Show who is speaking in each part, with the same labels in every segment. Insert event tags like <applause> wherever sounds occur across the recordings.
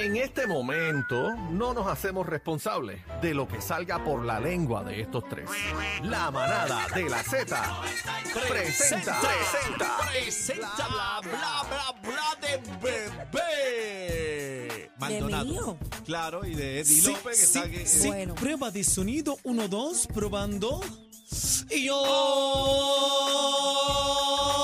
Speaker 1: En este momento no nos hacemos responsables de lo que salga por la lengua de estos tres. La manada de la Z presenta, presenta
Speaker 2: Presenta bla bla bla bla de bebé.
Speaker 3: ¿De mío?
Speaker 2: Claro, y de Eddie
Speaker 3: Sí,
Speaker 2: López que
Speaker 3: sí,
Speaker 2: está aquí.
Speaker 3: sí.
Speaker 2: Eh,
Speaker 3: Bueno.
Speaker 4: Prueba de sonido 1, 2, probando. Y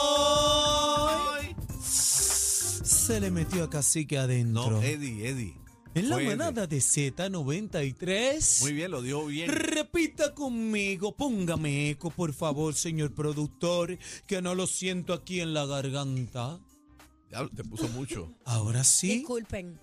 Speaker 4: yo.
Speaker 2: ay.
Speaker 4: Se le metió a cacique adentro.
Speaker 2: No, Eddie, Eddie.
Speaker 4: en la
Speaker 2: fue Eddie.
Speaker 4: manada de Z93.
Speaker 2: Muy bien, lo dio bien.
Speaker 4: Repita conmigo, póngame eco, por favor, señor productor, que no lo siento aquí en la garganta.
Speaker 2: Diablo, te puso mucho.
Speaker 4: Ahora sí.
Speaker 3: Disculpen.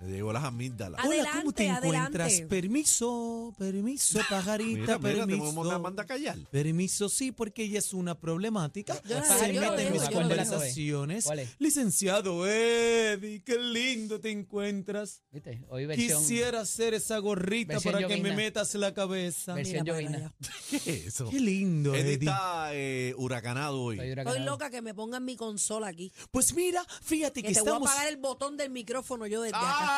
Speaker 2: Te llegó las amígdalas.
Speaker 3: Ay,
Speaker 4: Hola, ¿cómo te
Speaker 3: Adelante,
Speaker 4: encuentras?
Speaker 3: adelante.
Speaker 4: Permiso, permiso, pajarita,
Speaker 2: Mira, mira, te
Speaker 4: permiso.
Speaker 2: me manda a callar.
Speaker 4: Permiso, sí, porque ella es una problemática.
Speaker 3: Yo la
Speaker 4: Se
Speaker 3: veo, yo la
Speaker 4: mete en
Speaker 3: veo,
Speaker 4: mis
Speaker 3: yo la veo.
Speaker 4: conversaciones.
Speaker 5: ¿Cuál es?
Speaker 4: Licenciado Eddie, qué lindo te encuentras.
Speaker 5: ¿Viste? Hoy versión.
Speaker 4: Quisiera hacer esa gorrita
Speaker 5: versión
Speaker 4: para que me
Speaker 5: Jovina.
Speaker 4: metas la cabeza.
Speaker 5: Versión-
Speaker 3: Mira para
Speaker 5: Jovina.
Speaker 3: allá.
Speaker 2: ¿Qué es eso?
Speaker 4: <laughs> Qué lindo,
Speaker 2: Eddie
Speaker 4: Eddie.
Speaker 2: está eh, huracanado hoy.
Speaker 5: Estoy huracanado.
Speaker 3: Estoy loca que me pongan mi consola aquí.
Speaker 4: Pues mira, fíjate
Speaker 3: Que
Speaker 4: que,
Speaker 3: te voy
Speaker 4: estamos.
Speaker 3: a apagar el botón del micrófono yo desde acá.
Speaker 2: ¡Ah!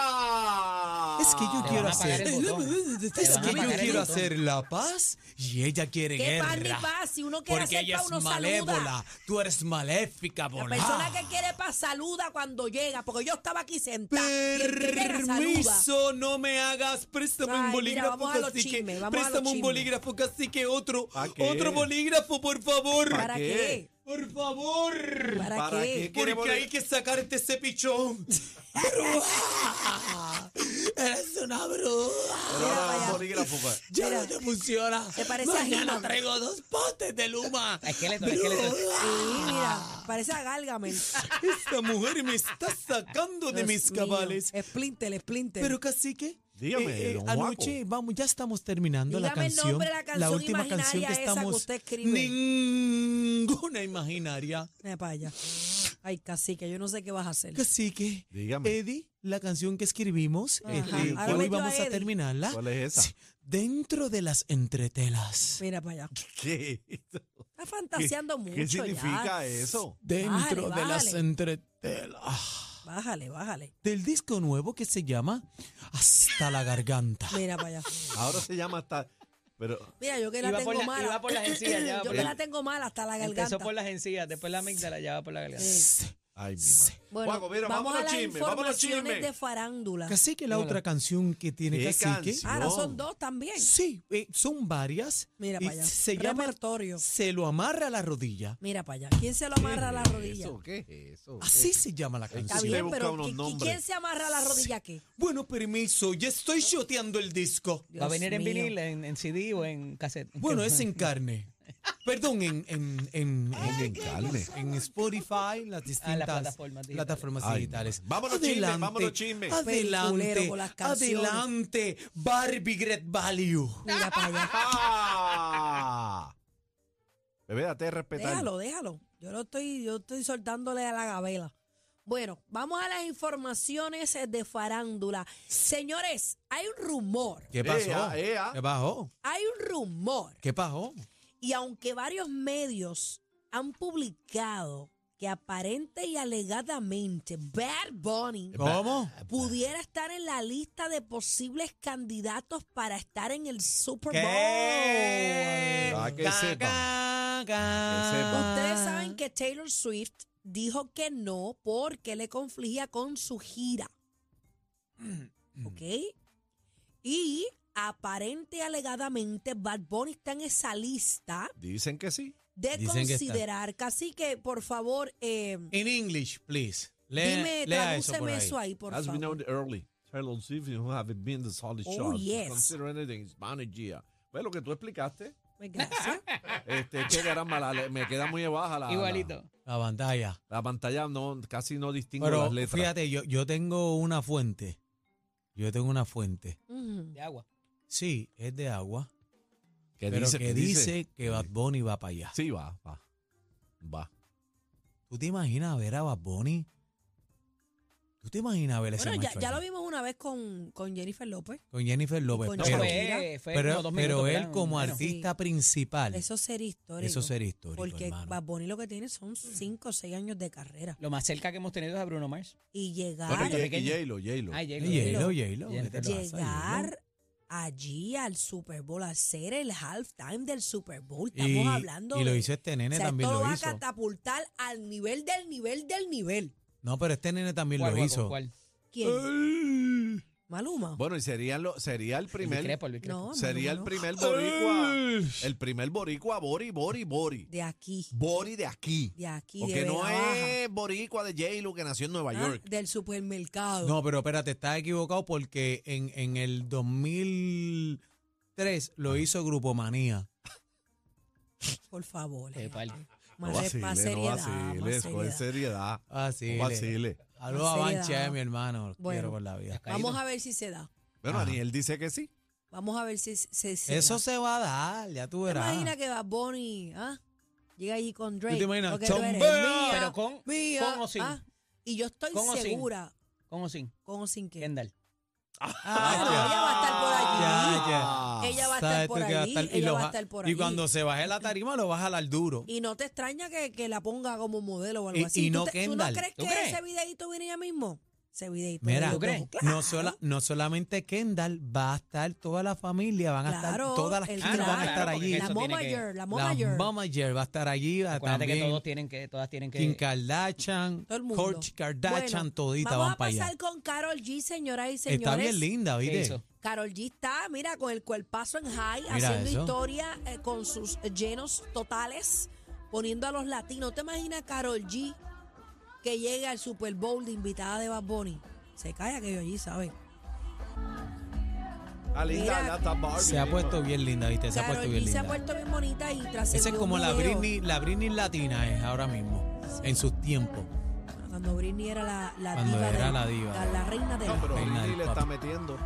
Speaker 4: Es que yo
Speaker 5: Te
Speaker 4: quiero
Speaker 5: van a apagar
Speaker 4: hacer.
Speaker 5: el botón. Te
Speaker 4: <laughs> Es
Speaker 5: van a
Speaker 4: que yo
Speaker 5: apagar el
Speaker 4: quiero
Speaker 5: botón.
Speaker 4: hacer la paz y ella quiere
Speaker 3: ¿Qué
Speaker 4: guerra.
Speaker 3: paz ni paz? Si uno quiere
Speaker 4: Porque
Speaker 3: hacer
Speaker 4: ella
Speaker 3: paz,
Speaker 4: es
Speaker 3: uno saluda.
Speaker 4: malévola. Tú eres maléfica,
Speaker 3: La
Speaker 4: volá.
Speaker 3: persona que quiere paz saluda cuando llega, porque yo estaba aquí sentada. y el que llega saluda.
Speaker 4: Permiso, no me hagas. Préstame
Speaker 3: Ay,
Speaker 4: un
Speaker 3: mira,
Speaker 4: bolígrafo,
Speaker 3: vamos a los
Speaker 4: cacique.
Speaker 3: chismes, vamos a los
Speaker 4: Préstame un
Speaker 3: chismes.
Speaker 4: bolígrafo, cacique. Otro,
Speaker 2: ¿Pa' qué?
Speaker 4: otro bolígrafo, por favor.
Speaker 3: ¿Para qué?
Speaker 4: Por favor.
Speaker 3: ¿Para,
Speaker 2: ¿Para
Speaker 3: qué?
Speaker 2: qué?
Speaker 4: Porque
Speaker 2: Queremos-
Speaker 4: hay que este sacarte ese
Speaker 3: <laughs>
Speaker 4: pichón. Bruja. Eres una bruja.
Speaker 2: Pero ahora
Speaker 3: Mira, vaya.
Speaker 2: un bolígrafo, pues. pa-
Speaker 4: Ya no te funciona.
Speaker 3: Te parece a
Speaker 4: Mañana
Speaker 3: He-Man.
Speaker 4: traigo dos potes de luma.
Speaker 5: Esqueleto, esqueleto.
Speaker 3: Sí, mira, parece
Speaker 4: <laughs>
Speaker 3: a Gálgame.
Speaker 4: Esta mujer me está sacando de mis cabales.
Speaker 3: Splinter, Splinter.
Speaker 4: Pero cacique, eh,
Speaker 2: Dígame, don Juaco.
Speaker 4: anoche vamos, ya estamos terminando la
Speaker 3: Dígame el
Speaker 4: canción,
Speaker 3: nombre de la canción
Speaker 4: última canción
Speaker 3: imaginaria
Speaker 4: que
Speaker 3: esa que
Speaker 4: estamos.
Speaker 3: usted escribe.
Speaker 4: Ninguna imaginaria.
Speaker 3: Mira para allá. Ay, cacique, yo no sé qué vas a hacer.
Speaker 4: Cacique,
Speaker 2: Dígame.
Speaker 4: Eddie, la canción que escribimos,
Speaker 3: Ajá.
Speaker 4: este,
Speaker 3: Ahora
Speaker 4: que hoy
Speaker 3: meto a
Speaker 4: vamos a,
Speaker 3: Eddie.
Speaker 4: terminarla.
Speaker 2: ¿Cuál es esa?
Speaker 4: sí, dentro de las entretelas.
Speaker 3: Mira para allá.
Speaker 2: ¿Qué?
Speaker 3: Está fantaseando mucho.
Speaker 2: ¿Qué
Speaker 3: ya.
Speaker 2: significa eso?
Speaker 4: Dentro
Speaker 3: Bájale,
Speaker 4: de las
Speaker 3: bájale.
Speaker 4: entretelas.
Speaker 3: Bájale, bájale.
Speaker 4: Del disco nuevo que se llama Hasta la Garganta.
Speaker 3: Mira para allá.
Speaker 2: Ahora se llama hasta. Pero
Speaker 3: Mira, yo que la
Speaker 5: Iba
Speaker 3: tengo
Speaker 5: por la-
Speaker 3: mala.
Speaker 5: iba por las encías, ya va
Speaker 3: <clears throat> yo
Speaker 5: por
Speaker 3: que
Speaker 5: la-
Speaker 3: la tengo mala hasta la garganta.
Speaker 5: Empezó por las encías, después la amígdala, ya va por la garganta.
Speaker 2: Ay, mi madre.
Speaker 3: Bueno,
Speaker 2: Juaco, mira,
Speaker 3: vamos a
Speaker 2: vámonos
Speaker 3: las
Speaker 2: chisme, vámonos
Speaker 3: informaciones
Speaker 2: chisme.
Speaker 3: de farándula.
Speaker 4: Casi que la otra canción que tiene
Speaker 2: ¿Qué
Speaker 4: Cacique.
Speaker 2: canción?
Speaker 3: Ahora
Speaker 2: No.
Speaker 3: son dos también.
Speaker 4: Sí, eh, son varias.
Speaker 3: Mira
Speaker 4: y
Speaker 3: para allá.
Speaker 4: Se llama
Speaker 3: Repertorio.
Speaker 4: Se lo amarra a la rodilla.
Speaker 3: Mira para allá. ¿Quién se lo amarra a la rodilla?
Speaker 2: ¿Eso qué es eso?
Speaker 4: Así se llama la
Speaker 3: Está
Speaker 2: Sí,
Speaker 4: canción.
Speaker 2: le
Speaker 3: bien,
Speaker 2: busca
Speaker 3: pero
Speaker 2: unos
Speaker 3: ¿qui- qui-
Speaker 2: nombres.
Speaker 3: ¿quién se amarra a la rodilla qué?
Speaker 4: Bueno, permiso, ya estoy shoteando el disco.
Speaker 5: va a venir en
Speaker 3: Dios mío.
Speaker 5: vinil, en, en CD o en cassette.
Speaker 4: Bueno, es en carne. Perdón, en, en, en,
Speaker 2: Ay, en carne.
Speaker 4: en Spotify,
Speaker 3: Ah,
Speaker 4: las distintas
Speaker 5: plataformas digitales.
Speaker 4: plataformas
Speaker 2: Ay,
Speaker 4: digitales.
Speaker 2: mamá. Vámonos chisme, vámonos chisme.
Speaker 3: Peliculero
Speaker 4: Adelante,
Speaker 3: con las canciones.
Speaker 4: adelante, Barbie Great Value.
Speaker 3: Mira
Speaker 5: <laughs>
Speaker 3: para allá.
Speaker 2: ¡Ah! Bebé, date de respetar.
Speaker 3: Déjalo, déjalo. Yo lo estoy, yo estoy soltándole a la gabela. Bueno, vamos a las informaciones de farándula. Señores, hay un rumor,
Speaker 4: ¿Qué
Speaker 2: Ea, ea.
Speaker 4: ¿Qué pasó?
Speaker 3: hay un rumor
Speaker 4: ¿Qué pasó?
Speaker 3: Y aunque varios medios han publicado que aparente y alegadamente Bad Bunny
Speaker 4: ¿Cómo?
Speaker 3: pudiera estar en la lista de posibles candidatos para estar en el Super Bowl.
Speaker 4: ¿Qué?
Speaker 2: Ah, que sepa.
Speaker 4: Ca, ca,
Speaker 2: Que sepa.
Speaker 3: Ustedes
Speaker 4: Ah.
Speaker 3: saben que Taylor Swift dijo que no porque le confligía con su gira.
Speaker 4: Mm.
Speaker 3: ¿Ok? Y aparente y alegadamente Bad Bunny está en esa lista
Speaker 2: Dicen que sí.
Speaker 3: de
Speaker 4: Dicen que está.
Speaker 3: considerar. Así que, por favor, eh,
Speaker 4: In English, please. Lea-
Speaker 3: Dime,
Speaker 4: lea eso por
Speaker 3: tradúceme
Speaker 4: ahí.
Speaker 3: eso ahí, por
Speaker 2: As we know
Speaker 3: favor.
Speaker 2: the early, Sheldon Stephen, who have been the solid
Speaker 3: Oh,
Speaker 2: shot.
Speaker 3: yes.
Speaker 2: Consider anything in Spanish, yeah. Pues lo que tú explicaste,
Speaker 3: Pues gracias.
Speaker 2: este, que era mala, le- me queda muy baja la, la-
Speaker 5: Igualito.
Speaker 4: La pantalla.
Speaker 2: La, pantalla no, casi no distingo
Speaker 4: Pero
Speaker 2: las letras.
Speaker 4: fíjate, yo, yo tengo una fuente. Yo tengo una fuente.
Speaker 3: Ujú.
Speaker 5: De agua.
Speaker 4: Sí, es de agua.
Speaker 2: ¿Qué
Speaker 4: pero
Speaker 2: dice?
Speaker 4: que
Speaker 2: ¿Qué dice?
Speaker 4: dice que Bad Bunny va para allá.
Speaker 2: Sí, va, va. Va.
Speaker 4: ¿Tú te imaginas ver a Bad Bunny? ¿Tú te imaginas ver <laughs> ese
Speaker 3: Bueno, ya,
Speaker 4: macho
Speaker 3: ya lo
Speaker 4: allí?
Speaker 3: vimos una vez con, con Jennifer López.
Speaker 4: Con Jennifer López.
Speaker 3: con
Speaker 5: No,
Speaker 4: pero,
Speaker 3: Shakira.
Speaker 5: fue, fue
Speaker 4: pero-
Speaker 5: como dos
Speaker 4: pero
Speaker 5: minutos,
Speaker 4: él
Speaker 5: ¿verdad?
Speaker 4: como
Speaker 5: Bueno,
Speaker 4: artista
Speaker 3: Sí.
Speaker 4: principal, eso,
Speaker 3: Eso sería histórico.
Speaker 4: sería histórico,
Speaker 3: Porque
Speaker 4: hermano.
Speaker 3: Bad Bunny lo que tiene son 5 o 6 años de carrera.
Speaker 5: Lo más cerca que hemos tenido es a Bruno Mars.
Speaker 3: Y
Speaker 2: Bueno,
Speaker 3: llegar,
Speaker 2: y- y
Speaker 5: puertorriqueño.
Speaker 2: J-Lo, J-Lo.
Speaker 3: Ah,
Speaker 5: Ay, J-Lo.
Speaker 4: J-Lo, J-Lo, ¿qué
Speaker 5: Jennifer
Speaker 4: te pasa, J-Lo?
Speaker 3: llegar allí al Super Bowl, hacer el halftime del Super Bowl. Estamos
Speaker 4: y,
Speaker 3: hablando
Speaker 4: y lo
Speaker 3: de-
Speaker 4: hizo este nene,
Speaker 3: o sea,
Speaker 4: también
Speaker 3: esto
Speaker 4: lo
Speaker 3: va
Speaker 4: hizo.
Speaker 3: a catapultar al nivel del nivel del nivel.
Speaker 4: No, pero este nene también
Speaker 5: ¿Cuál,
Speaker 4: lo
Speaker 5: guaco,
Speaker 4: hizo.
Speaker 5: cuál?
Speaker 3: ¿Quién? Maluma.
Speaker 2: Bueno, y sería, lo, sería el
Speaker 5: El
Speaker 2: primer.
Speaker 5: discrepo, el discrepo.
Speaker 3: pues, no,
Speaker 2: Sería el
Speaker 3: Maluma no.
Speaker 2: primer boricua. El primer boricua, Bori, Bori, Bori.
Speaker 3: De aquí,
Speaker 2: Bori de aquí.
Speaker 3: de aquí,
Speaker 2: Porque
Speaker 3: de
Speaker 2: no
Speaker 3: Vega Baja.
Speaker 2: es boricua de J-Lo que nació en Nueva
Speaker 3: Ah,
Speaker 2: York.
Speaker 3: Del supermercado.
Speaker 4: No, pero espérate, estás equivocado porque en, en el 2003 lo hizo Grupo Manía.
Speaker 3: Por favor.
Speaker 5: Qué pal-
Speaker 3: Más, re- más seriedad. más seriedad. Ah.
Speaker 2: seriedad.
Speaker 4: Así.
Speaker 2: No vacile.
Speaker 4: Aló a
Speaker 3: Seriedad.
Speaker 4: Bancha, eh, mi hermano. los
Speaker 3: Bueno.
Speaker 4: Quiero por la vida.
Speaker 3: Vamos a ver si se da.
Speaker 2: Bueno,
Speaker 4: Ajá.
Speaker 2: Aniel dice que sí.
Speaker 3: Vamos a ver si se, se- se
Speaker 4: Eso
Speaker 3: da.
Speaker 4: se va a dar, ya tú
Speaker 3: ¿Te
Speaker 4: verás.
Speaker 3: imaginas que va Bonnie ah? llega allí con Drake?
Speaker 4: te imaginas?
Speaker 3: Porque tú eres
Speaker 4: Chambea.
Speaker 3: mía,
Speaker 5: Pero con-
Speaker 3: mía,
Speaker 5: con o sin.
Speaker 3: ah, Y yo estoy
Speaker 5: Con o sin.
Speaker 3: segura,
Speaker 5: ¿Cómo sin?
Speaker 3: con o sin que.
Speaker 5: Kendall.
Speaker 3: Ah, no, ella va a estar por allí.
Speaker 4: Ya, ya.
Speaker 3: Ella va a
Speaker 4: Sabes
Speaker 3: estar
Speaker 4: tú
Speaker 3: por
Speaker 4: que va a
Speaker 3: allí.
Speaker 4: estar- y
Speaker 3: ella
Speaker 4: lo
Speaker 3: va a
Speaker 4: ja-
Speaker 3: estar por
Speaker 4: y
Speaker 3: allí.
Speaker 4: cuando se baje la tarima lo vas a jalar duro.
Speaker 3: Y no te extraña que, que la ponga como modelo o algo
Speaker 4: Y-
Speaker 3: así.
Speaker 4: y
Speaker 3: ¿Tú
Speaker 4: no
Speaker 3: te-
Speaker 4: Kendall.
Speaker 3: ¿Tú no crees
Speaker 5: ¿Tú
Speaker 3: que
Speaker 5: crees?
Speaker 3: ese videito viene ya mismo? Ese videito. de
Speaker 4: Mira,
Speaker 3: los
Speaker 5: ¿Tú crees?
Speaker 3: dos.
Speaker 4: no, sola- no solamente Kendall, va a estar toda la familia, van a
Speaker 3: Claro,
Speaker 4: estar todas las
Speaker 3: el
Speaker 4: chicas van a
Speaker 3: claro,
Speaker 4: estar allí.
Speaker 3: La
Speaker 5: Eso tiene que-
Speaker 3: momager, la
Speaker 4: La
Speaker 3: momager.
Speaker 4: Momager va a estar allí, va-
Speaker 5: Acuérdate que
Speaker 4: también
Speaker 5: todos tienen que, todas tienen que.
Speaker 4: Kim Kardashian,
Speaker 3: Todo el mundo.
Speaker 4: Kourtney Kardashian,
Speaker 3: Bueno,
Speaker 4: todita
Speaker 3: vamos
Speaker 4: van
Speaker 3: a
Speaker 4: para
Speaker 3: pasar
Speaker 4: allá.
Speaker 3: con Carol G, señoras y señores.
Speaker 4: Está bien linda,
Speaker 5: ¿Qué
Speaker 4: ¿viste?
Speaker 5: hizo?
Speaker 3: Carol G está, mira, con el cuerpazo en high,
Speaker 4: Mira
Speaker 3: haciendo
Speaker 4: eso.
Speaker 3: historia eh, con sus llenos totales, poniendo a los latinos. ¿Te imaginas Carol G que llegue al Super Bowl de invitada de Bad Bunny? Se cae aquello allí, ¿sabes?
Speaker 2: Ah, linda,
Speaker 3: Mira,
Speaker 2: ya está Barbie.
Speaker 4: Se ha puesto bien linda, ¿viste? Se ha
Speaker 3: Carol
Speaker 4: puesto
Speaker 3: G
Speaker 4: bien
Speaker 3: se ha
Speaker 4: linda.
Speaker 3: puesto bien bonita y tras
Speaker 4: Esa
Speaker 3: el
Speaker 4: es como la
Speaker 3: video-
Speaker 4: Britney, la Britney latina es ahora mismo, en sus tiempos.
Speaker 3: Cuando Britney era la, la
Speaker 4: Cuando
Speaker 3: diva.
Speaker 4: era
Speaker 3: del-
Speaker 4: la diva.
Speaker 3: La, la reina del...
Speaker 2: No, pero
Speaker 4: Venga,
Speaker 2: Britney
Speaker 4: el
Speaker 2: le
Speaker 4: papi.
Speaker 2: está metiendo.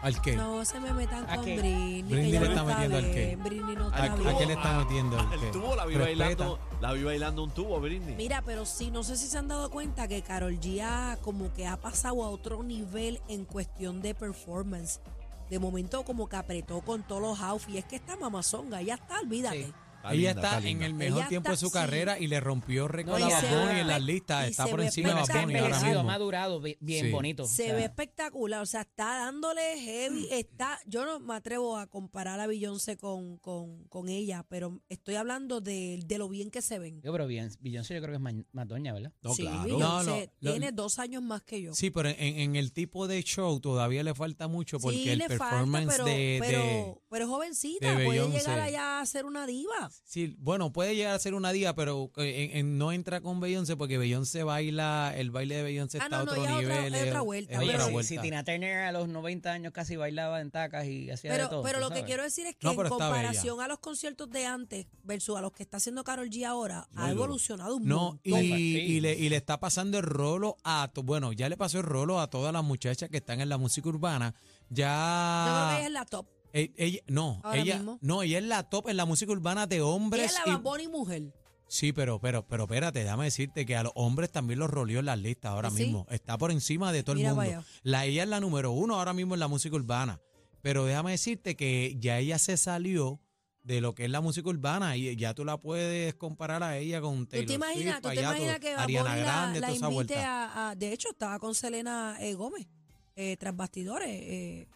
Speaker 4: ¿Al qué?
Speaker 3: No se me metan
Speaker 5: ¿A
Speaker 3: con
Speaker 5: qué?
Speaker 3: Britney. que
Speaker 4: Britney
Speaker 3: ella
Speaker 4: le
Speaker 3: no
Speaker 4: está metiendo al qué.
Speaker 3: bien, Britney no
Speaker 4: ¿A,
Speaker 3: está
Speaker 4: a
Speaker 3: bien.
Speaker 4: qué le está metiendo?
Speaker 2: Ah,
Speaker 4: ¿Al qué?
Speaker 2: El tubo la vi
Speaker 4: Respeta.
Speaker 2: bailando. La vi bailando un tubo, Britney.
Speaker 3: Mira, pero sí, no sé si se han dado cuenta que Carol G ha- como que ha pasado a otro nivel en cuestión de performance. De momento como que apretó con todos los outfits. Es que esta mamazonga ya está, olvídate.
Speaker 5: Sí.
Speaker 4: Ella
Speaker 2: linda,
Speaker 4: está, en
Speaker 2: linda.
Speaker 4: el mejor
Speaker 3: Ella
Speaker 4: tiempo de
Speaker 3: está-
Speaker 4: su carrera y le rompió récord
Speaker 5: No, y
Speaker 4: a
Speaker 5: se
Speaker 4: Bad Bunny
Speaker 5: ve-
Speaker 4: en las listas.
Speaker 3: y
Speaker 4: Está
Speaker 3: se
Speaker 4: por
Speaker 3: ve
Speaker 4: encima de
Speaker 3: perfecta.
Speaker 4: Bad
Speaker 5: Está
Speaker 4: Bunny ahora
Speaker 5: envejecido,
Speaker 4: mismo.
Speaker 5: ha madurado, bi- bien
Speaker 4: Sí.
Speaker 5: bonito.
Speaker 3: Se
Speaker 5: o sea,
Speaker 3: ve espectacular, o sea, está dándole heavy,
Speaker 4: Mm.
Speaker 3: está, yo no me atrevo a comparar a Beyoncé con, con, con ella, pero estoy hablando de, de lo bien que se ven.
Speaker 5: Yo, pero bien, Beyoncé yo creo que es ma- más doña, ¿verdad?
Speaker 2: No,
Speaker 3: sí,
Speaker 2: claro.
Speaker 4: No,
Speaker 3: Beyoncé
Speaker 4: no, lo-
Speaker 3: tiene dos años más que yo.
Speaker 4: Sí, pero en, en el tipo de show todavía le falta mucho porque
Speaker 3: Sí,
Speaker 4: el
Speaker 3: le falta,
Speaker 4: performance
Speaker 3: pero,
Speaker 4: de,
Speaker 3: pero,
Speaker 4: de-
Speaker 3: pero jovencita,
Speaker 4: de
Speaker 3: puede
Speaker 4: Beyoncé.
Speaker 3: llegar allá a ser una diva.
Speaker 4: Sí, bueno, puede llegar a ser una día, pero eh, en- en- no entra con Beyoncé porque Beyoncé baila, el baile de Beyoncé
Speaker 3: Ah,
Speaker 4: está
Speaker 3: no,
Speaker 4: a
Speaker 3: no,
Speaker 4: otro
Speaker 3: ya es otra-
Speaker 4: nivel.
Speaker 3: es
Speaker 4: es-
Speaker 3: otra vuelta,
Speaker 4: es
Speaker 3: pero-
Speaker 4: otra
Speaker 5: Ah, si-
Speaker 4: vuelta.
Speaker 5: si, Tina Turner a los 90 años casi bailaba en tacas y hacía de
Speaker 3: Pero,
Speaker 5: todo.
Speaker 3: pero
Speaker 5: tú
Speaker 3: lo que
Speaker 5: sabes.
Speaker 3: quiero decir es que
Speaker 4: No,
Speaker 3: en
Speaker 4: pero está bella.
Speaker 3: comparación a los conciertos de antes versus a los que está haciendo Carol G ahora, ha
Speaker 2: duro.
Speaker 3: evolucionado un
Speaker 4: No, y,
Speaker 3: montón.
Speaker 4: y le, y le está pasando el rolo a, to- bueno, ya le pasó el rolo a todas las muchachas que están en la música urbana.
Speaker 3: Yo creo que
Speaker 4: Ya...
Speaker 3: ella es la top.
Speaker 4: Eh, ella- no,
Speaker 3: Ahora
Speaker 4: ella,
Speaker 3: mismo.
Speaker 4: no, ella es la top en la música urbana de
Speaker 3: Ella
Speaker 4: hombres.
Speaker 3: es la
Speaker 4: y-
Speaker 3: Bad Bunny mujer.
Speaker 4: sí, pero, pero, pero espérate, déjame decirte que a los hombres también los roleó en las listas ahora
Speaker 3: ¿Ah, ¿Sí?
Speaker 4: mismo. Está por encima de todo
Speaker 3: Mira
Speaker 4: el
Speaker 3: para
Speaker 4: mundo.
Speaker 3: allá.
Speaker 4: La, ella es la número uno ahora mismo en la música urbana. Pero déjame decirte que ya ella se salió de lo que es la música urbana y ya tú la puedes comparar a ella con
Speaker 3: ¿Tú
Speaker 4: Taylor
Speaker 3: te imaginas,
Speaker 4: Swift,
Speaker 3: tú te
Speaker 4: Payato,
Speaker 3: imaginas que Bad Bunny
Speaker 4: Ariana
Speaker 3: la,
Speaker 4: Grande,
Speaker 3: la
Speaker 4: toda esa
Speaker 3: invite
Speaker 4: vuelta.
Speaker 3: a, a- De hecho, estaba con Selena eh, Gómez, eh, tras bastidores. eh,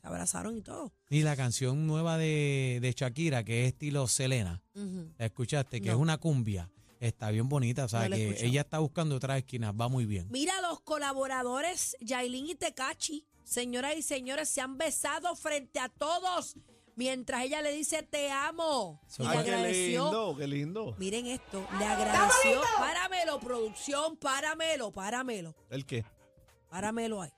Speaker 3: se abrazaron y todo.
Speaker 4: Y la canción nueva de, de Shakira, que es estilo Selena.
Speaker 3: Ujú.
Speaker 4: ¿La escuchaste? Que
Speaker 3: No.
Speaker 4: es una cumbia. Está bien bonita, o sea,
Speaker 3: No la he
Speaker 4: que
Speaker 3: escuchado.
Speaker 4: ella está buscando otras esquinas, va muy bien.
Speaker 3: Mira, los colaboradores Yailin y Tecachi, señoras y señores, se han besado frente a todos. mientras ella le dice te amo. Y le
Speaker 4: Ay,
Speaker 2: qué
Speaker 3: agradeció.
Speaker 2: lindo, qué lindo.
Speaker 3: Miren esto, le agradeció. Páramelo, producción, páramelo, páramelo,
Speaker 2: ¿El qué?
Speaker 3: páramelo ahí.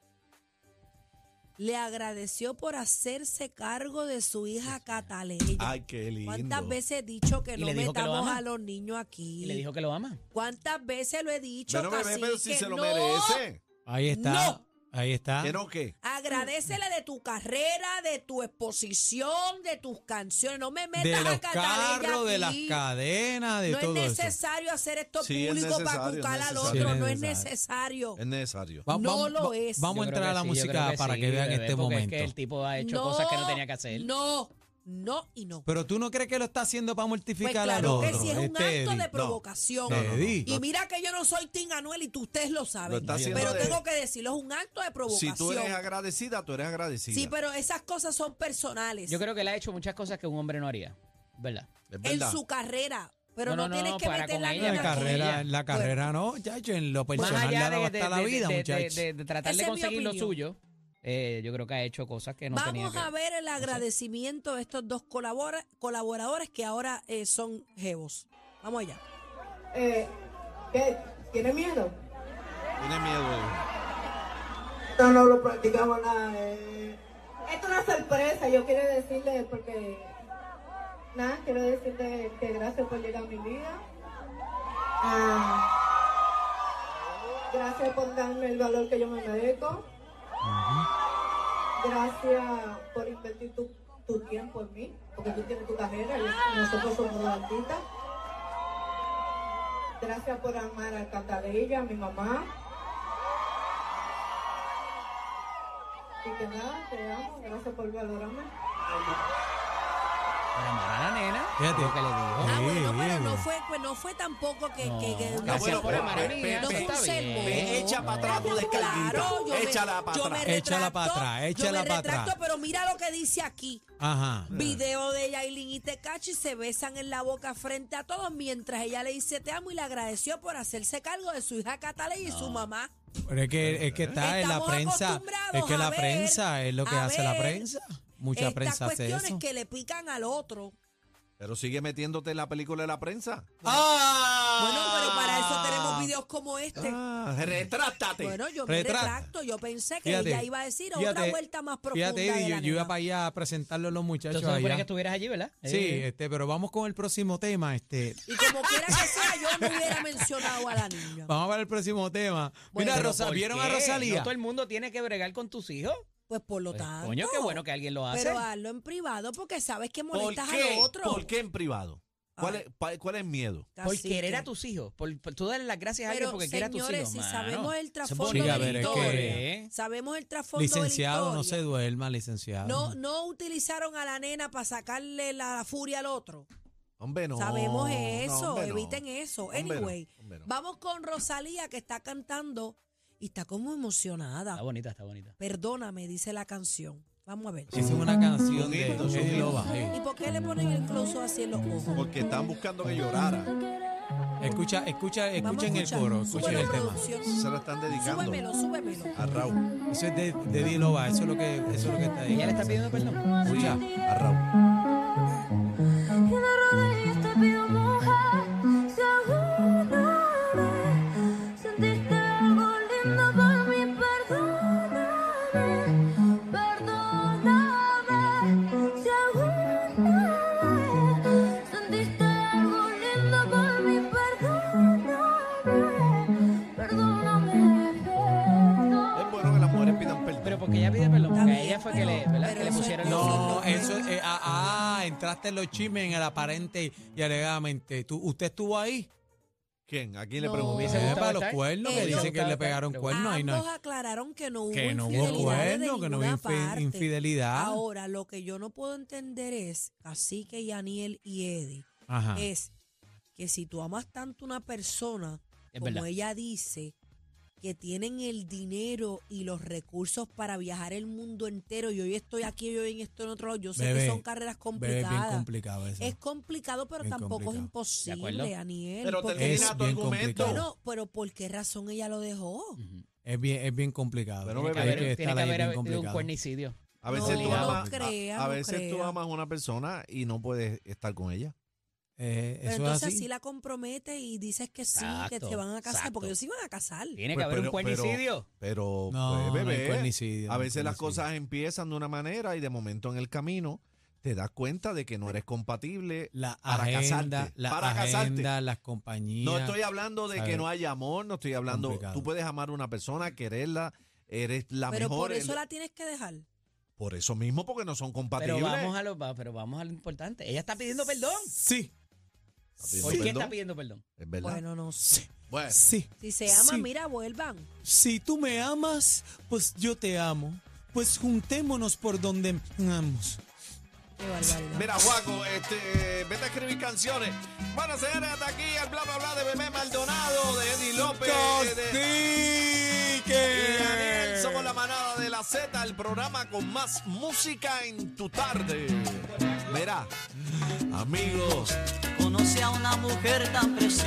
Speaker 3: Le agradeció por hacerse cargo de su hija Catalina.
Speaker 2: Ay, qué lindo.
Speaker 3: ¿Cuántas veces he dicho que
Speaker 5: Y
Speaker 3: no
Speaker 5: le dijo que lo
Speaker 3: metamos
Speaker 5: ama.
Speaker 3: a los niños aquí?
Speaker 5: Y le dijo que lo ama.
Speaker 3: ¿Cuántas veces lo he dicho?
Speaker 2: Bueno, bebé, pero si
Speaker 3: cacique?
Speaker 2: se lo
Speaker 3: No. Ah.
Speaker 2: merece.
Speaker 4: Ahí está.
Speaker 3: No.
Speaker 4: Ahí está.
Speaker 2: ¿Que no qué?
Speaker 3: Agradecele de tu carrera, de tu exposición, de tus canciones. No me metas
Speaker 4: de
Speaker 3: a
Speaker 4: los
Speaker 3: Catalina
Speaker 4: carros, de las
Speaker 3: aquí.
Speaker 4: cadenas, de
Speaker 3: no
Speaker 4: todo
Speaker 3: es
Speaker 4: eso.
Speaker 3: necesario hacer esto
Speaker 2: Sí, es
Speaker 3: público para
Speaker 2: necesario, es
Speaker 3: buscar al
Speaker 2: necesario.
Speaker 3: otro.
Speaker 4: Sí, es
Speaker 3: no es
Speaker 4: necesario.
Speaker 3: necesario.
Speaker 2: Es necesario.
Speaker 4: Va-
Speaker 3: No
Speaker 4: va-
Speaker 3: lo
Speaker 4: va-
Speaker 3: es.
Speaker 4: Vamos a
Speaker 5: Yo creo
Speaker 4: entrar a
Speaker 5: que
Speaker 4: la
Speaker 5: sí, yo
Speaker 4: música
Speaker 5: creo
Speaker 4: para
Speaker 5: sí,
Speaker 4: que vean
Speaker 5: bebé,
Speaker 4: este
Speaker 5: porque
Speaker 4: momento.
Speaker 5: Es que el tipo ha hecho cosas que no tenía que hacer.
Speaker 3: No, no y no.
Speaker 4: Pero tú no crees que lo está haciendo para
Speaker 3: Pues
Speaker 4: mortificar al
Speaker 3: claro
Speaker 4: otro.
Speaker 3: que sí, es
Speaker 2: eh,
Speaker 3: un
Speaker 4: Este
Speaker 3: acto de
Speaker 4: Eddie.
Speaker 3: provocación.
Speaker 4: No, no, no.
Speaker 3: Y mira que yo no soy Tim Anuel y tú ustedes lo saben.
Speaker 2: Lo está haciendo
Speaker 3: pero
Speaker 2: de-
Speaker 3: tengo que decirlo, es un acto de provocación.
Speaker 2: Si tú eres agradecida, tú eres agradecida.
Speaker 3: sí, pero esas cosas son personales.
Speaker 5: Yo creo que él ha hecho muchas cosas que un hombre no haría. ¿Verdad?
Speaker 2: Es
Speaker 3: en
Speaker 2: verdad.
Speaker 3: su carrera. Pero
Speaker 5: No,
Speaker 3: no,
Speaker 5: no, no,
Speaker 3: tienes que
Speaker 5: para
Speaker 3: meter
Speaker 5: con
Speaker 3: la
Speaker 5: ella,
Speaker 4: En la
Speaker 3: mierda con
Speaker 4: carrera,
Speaker 3: ella.
Speaker 4: en la carrera no, muchacho, en lo
Speaker 5: Más
Speaker 4: personal le ha
Speaker 5: allá
Speaker 4: dado
Speaker 5: de,
Speaker 4: hasta
Speaker 5: de-
Speaker 4: la
Speaker 5: de-
Speaker 4: vida,
Speaker 5: de- de-
Speaker 4: muchachos.
Speaker 5: de- de tratar
Speaker 3: Esa
Speaker 5: de
Speaker 3: es mi
Speaker 5: conseguir lo
Speaker 3: opinión.
Speaker 5: suyo, eh, yo creo que ha hecho cosas que no tenía
Speaker 3: Vamos
Speaker 5: que
Speaker 3: a ver el agradecimiento de estos dos colabora- colaboradores que ahora eh, son jevos. Vamos allá.
Speaker 6: Eh, ¿Qué? ¿Tienes miedo?
Speaker 2: Tiene miedo.
Speaker 6: No, no lo practicamos nada. eh. Esto es una sorpresa, yo quiero decirle porque... Nada, quiero decirle que gracias por llegar a mi vida. Ah, gracias por darme el valor que yo me merezco. Gracias por invertir tu, tu tiempo en mí, porque tú tienes tu carrera y nosotros somos dos artistas. Gracias por amar a Catalina, a mi mamá. Y que nada, te amo, gracias por valorarme.
Speaker 5: Para amar a la nena,
Speaker 4: Fíjate.
Speaker 5: lo que le dijo.
Speaker 3: Ah, bueno,
Speaker 4: bien,
Speaker 3: pero no
Speaker 4: bien.
Speaker 3: fue, pues no fue tampoco que...
Speaker 5: No,
Speaker 3: que- que- no
Speaker 5: gracias
Speaker 3: fue-
Speaker 5: por amar a mi
Speaker 2: pe-
Speaker 5: nena,
Speaker 3: no
Speaker 2: pe-
Speaker 5: eso
Speaker 3: fue un
Speaker 5: está bien.
Speaker 3: sermón.
Speaker 2: Ve, echa para atrás tu descarguita.
Speaker 3: Claro, yo me-
Speaker 2: Échala para
Speaker 3: yo
Speaker 2: atrás.
Speaker 3: me
Speaker 4: Échala
Speaker 3: retracto,
Speaker 4: pa' atrás, échala
Speaker 3: yo me
Speaker 4: pa'
Speaker 3: retracto,
Speaker 4: atrás. Ah.
Speaker 3: pero mira lo que dice aquí.
Speaker 4: Ajá.
Speaker 3: Video de Yailin y Tecachi se besan en la boca frente a todos mientras ella le dice te amo y le agradeció por hacerse cargo de su hija Catalina y su mamá.
Speaker 4: Pero es que, es que está en la
Speaker 3: Estamos
Speaker 4: prensa.
Speaker 3: acostumbrados
Speaker 4: Es que
Speaker 3: a
Speaker 4: la
Speaker 3: ver-
Speaker 4: prensa es lo que
Speaker 3: a
Speaker 4: hace la
Speaker 3: ver
Speaker 4: prensa. Mucha
Speaker 3: Estas
Speaker 4: prensa hace
Speaker 3: cuestiones
Speaker 4: eso.
Speaker 3: que le pican al otro.
Speaker 2: Pero sigue metiéndote en la película de la prensa.
Speaker 4: ¡Ah!
Speaker 3: Bueno, pero para eso tenemos videos como este.
Speaker 2: Ah, retrátate.
Speaker 3: Bueno, yo
Speaker 4: Retrata.
Speaker 3: me retracto. Yo pensé que
Speaker 4: Fíjate,
Speaker 3: ella iba a decir otra
Speaker 4: fíjate,
Speaker 3: vuelta más profunda.
Speaker 4: Fíjate, Eddie,
Speaker 3: de la
Speaker 4: yo, yo iba
Speaker 3: nena.
Speaker 4: para allá a presentarlo a los muchachos
Speaker 5: Entonces se supone
Speaker 4: allá.
Speaker 5: que estuvieras allí, ¿verdad?
Speaker 4: Sí,
Speaker 5: Eh,
Speaker 4: este, pero vamos con el próximo tema, este.
Speaker 3: Y como quiera que sea, yo no hubiera mencionado a la niña.
Speaker 4: Vamos a ver el próximo tema.
Speaker 3: Bueno,
Speaker 4: Mira,
Speaker 5: ¿pero
Speaker 4: Rosa,
Speaker 5: por
Speaker 4: ¿vieron a
Speaker 5: qué?
Speaker 4: Rosalía?
Speaker 5: No todo el mundo tiene que bregar con tus hijos.
Speaker 3: Pues por lo
Speaker 5: Pues,
Speaker 3: tanto.
Speaker 5: coño, qué bueno que alguien lo hace.
Speaker 3: Pero hazlo en privado porque sabes que
Speaker 2: ¿Por
Speaker 3: molestas
Speaker 2: qué?
Speaker 3: al otro.
Speaker 2: ¿Por qué en privado? ¿Cuál
Speaker 3: Ay.
Speaker 2: es, pa- ¿Cuál es el miedo?
Speaker 5: Por
Speaker 3: Cacique.
Speaker 5: querer a tus hijos. Por, por- tú darle las gracias a
Speaker 3: Pero,
Speaker 5: alguien porque quiere a tus
Speaker 3: señores,
Speaker 5: hijos.
Speaker 3: si
Speaker 5: mano.
Speaker 3: sabemos el
Speaker 5: Eso es
Speaker 3: trasfondo
Speaker 4: bonito.
Speaker 3: de
Speaker 4: Sí, a ver,
Speaker 3: la
Speaker 4: es
Speaker 3: historia,
Speaker 4: que-
Speaker 3: sabemos el trasfondo
Speaker 4: Licenciado,
Speaker 3: de la
Speaker 4: no se
Speaker 3: historia.
Speaker 4: duerma, licenciado.
Speaker 3: no, no utilizaron a la nena para sacarle la, la furia al otro.
Speaker 2: Hombre, no.
Speaker 3: Sabemos
Speaker 2: No,
Speaker 3: eso,
Speaker 2: hombre, no.
Speaker 3: eviten eso.
Speaker 2: Hombre, no,
Speaker 3: Anyway,
Speaker 2: hombre, no.
Speaker 3: vamos con Rosalía que está cantando y está como emocionada.
Speaker 5: Está bonita, está bonita.
Speaker 3: Perdóname, dice la canción. Vamos a ver.
Speaker 4: Esa es una canción de
Speaker 2: Bonito, sí.
Speaker 4: Eddie Loba. eh. sí.
Speaker 3: ¿Y por qué le ponen el close así en los ojos?
Speaker 2: Porque están buscando que llorara.
Speaker 4: Escucha, escucha,
Speaker 3: Vamos a
Speaker 4: escuchen el
Speaker 3: escuchar.
Speaker 4: coro, escuchen
Speaker 3: Súbelo,
Speaker 4: el tema.
Speaker 3: producción.
Speaker 2: Se lo están dedicando
Speaker 3: Súbemelo, súbemelo.
Speaker 2: a Raúl.
Speaker 4: Eso es de, de Eddie Loba, eso es lo que, eso es lo que está ahí.
Speaker 5: Ella le está pidiendo perdón.
Speaker 4: Escucha.
Speaker 2: A Raúl.
Speaker 7: Y de rodillas te pido mujer, si alguna vez sentiste algo lindo por mí, perdóname, perdóname. Si alguna vez sentiste algo lindo por mí, perdóname, perdóname, perdóname.
Speaker 2: Es bueno que las mujeres pidan perdón.
Speaker 5: Pero porque ella pide perdón. Porque
Speaker 3: También,
Speaker 5: a ella fue que
Speaker 3: pero-
Speaker 5: le, ¿verdad?
Speaker 3: pero
Speaker 5: que le
Speaker 3: eso es
Speaker 5: pusieron los
Speaker 4: No, eso es. eh, ah, ah, entraste en los chismes en el aparente y alegadamente. ¿Tú, ¿Usted estuvo ahí?
Speaker 2: ¿Quién? ¿A quién le
Speaker 3: No.
Speaker 2: preguntó?
Speaker 5: Hubiese
Speaker 4: Eh,
Speaker 5: gustado
Speaker 4: para los
Speaker 5: estar.
Speaker 4: cuernos, que
Speaker 3: Ellos-
Speaker 4: dice que le pegaron cuernos. Ahí no hay.
Speaker 3: Ambos aclararon que no hubo
Speaker 4: Que no hubo
Speaker 3: infidelidad.
Speaker 4: cuerno, que no hubo infi- infidelidad.
Speaker 3: Ahora, lo que yo no puedo entender es, así que Yaniel y Eddie,
Speaker 4: Ajá.
Speaker 3: es que si tú amas tanto a una persona,
Speaker 5: Es
Speaker 3: como
Speaker 5: verdad.
Speaker 3: ella dice, que tienen el dinero y los recursos para viajar el mundo entero, y hoy estoy aquí, y hoy en esto, en otro lado, yo sé
Speaker 4: Bebé,
Speaker 3: que son carreras
Speaker 4: Bebé, es bien
Speaker 3: complicadas.
Speaker 4: complicado eso.
Speaker 3: es complicado, pero
Speaker 4: Bien
Speaker 3: tampoco
Speaker 4: complicado.
Speaker 3: es
Speaker 5: De acuerdo.
Speaker 3: imposible, Aniel.
Speaker 2: Pero
Speaker 3: porque-
Speaker 2: termina
Speaker 4: Es
Speaker 2: tu
Speaker 4: bien
Speaker 2: argumento.
Speaker 4: complicado.
Speaker 3: Bueno, pero ¿por qué razón ella lo dejó?
Speaker 4: Es bien, es bien complicado.
Speaker 2: Pero bebé,
Speaker 4: Tiene que haber-
Speaker 5: Tiene que
Speaker 4: estar ahí bien
Speaker 5: haber habido un
Speaker 4: complicado.
Speaker 5: cuernicidio.
Speaker 2: A veces,
Speaker 3: No,
Speaker 2: tú,
Speaker 3: no
Speaker 2: amas,
Speaker 3: crea,
Speaker 2: a, a
Speaker 3: no
Speaker 2: veces tú
Speaker 3: crea.
Speaker 2: amas a una persona y no puedes estar con ella.
Speaker 4: Eh,
Speaker 3: Pero
Speaker 4: eso es
Speaker 3: entonces
Speaker 4: así.
Speaker 3: sí la comprometes y dices que sí, que
Speaker 5: Exacto,
Speaker 3: se van a casar,
Speaker 5: exacto.
Speaker 3: porque ellos sí van a casar.
Speaker 5: Tiene que
Speaker 2: Pues,
Speaker 5: haber
Speaker 2: pero-
Speaker 5: un cuernicidio.
Speaker 2: Pero,
Speaker 4: No, no hay
Speaker 2: pues, bebé,
Speaker 4: cuernicidio, no
Speaker 2: a
Speaker 4: hay
Speaker 2: veces las
Speaker 4: cuernicidio.
Speaker 2: cosas empiezan de una manera y de momento en el camino te das cuenta de que no eres compatible
Speaker 4: La
Speaker 2: para
Speaker 4: agenda,
Speaker 2: casarte.
Speaker 4: la
Speaker 2: para
Speaker 4: agenda,
Speaker 2: casarte.
Speaker 4: las compañías.
Speaker 2: No estoy hablando de
Speaker 4: ¿sabes?
Speaker 2: que no haya amor, no estoy hablando.
Speaker 4: Complicado.
Speaker 2: Tú puedes amar a una persona, quererla, eres la
Speaker 3: pero
Speaker 2: mejor.
Speaker 3: por eso
Speaker 2: el-
Speaker 3: la tienes que dejar.
Speaker 2: por eso mismo, porque no son
Speaker 5: Pero
Speaker 2: compatibles.
Speaker 5: vamos, a lo, va- pero vamos a lo importante. Ella está pidiendo perdón.
Speaker 4: Sí,
Speaker 2: Está
Speaker 5: ¿Por
Speaker 2: pidiendo
Speaker 5: qué está
Speaker 2: perdón,
Speaker 5: pidiendo perdón?
Speaker 2: Es verdad.
Speaker 3: Bueno, no sé.
Speaker 2: Bueno,
Speaker 4: sí.
Speaker 3: Si se aman,
Speaker 4: Sí.
Speaker 3: mira, vuelvan.
Speaker 4: Si tú me amas, pues yo te amo. Pues juntémonos por donde amamos.
Speaker 3: Qué barbaridad.
Speaker 2: Mira, Juaco, este, vete a escribir canciones. Bueno, señores, hasta aquí el bla bla bla de Bebé Maldonado, de Eddie López, de, y Daniel. Somos la manada de la Z, el programa con más música en tu tarde. Verá, amigos.
Speaker 8: Conoce a una mujer tan preciosa.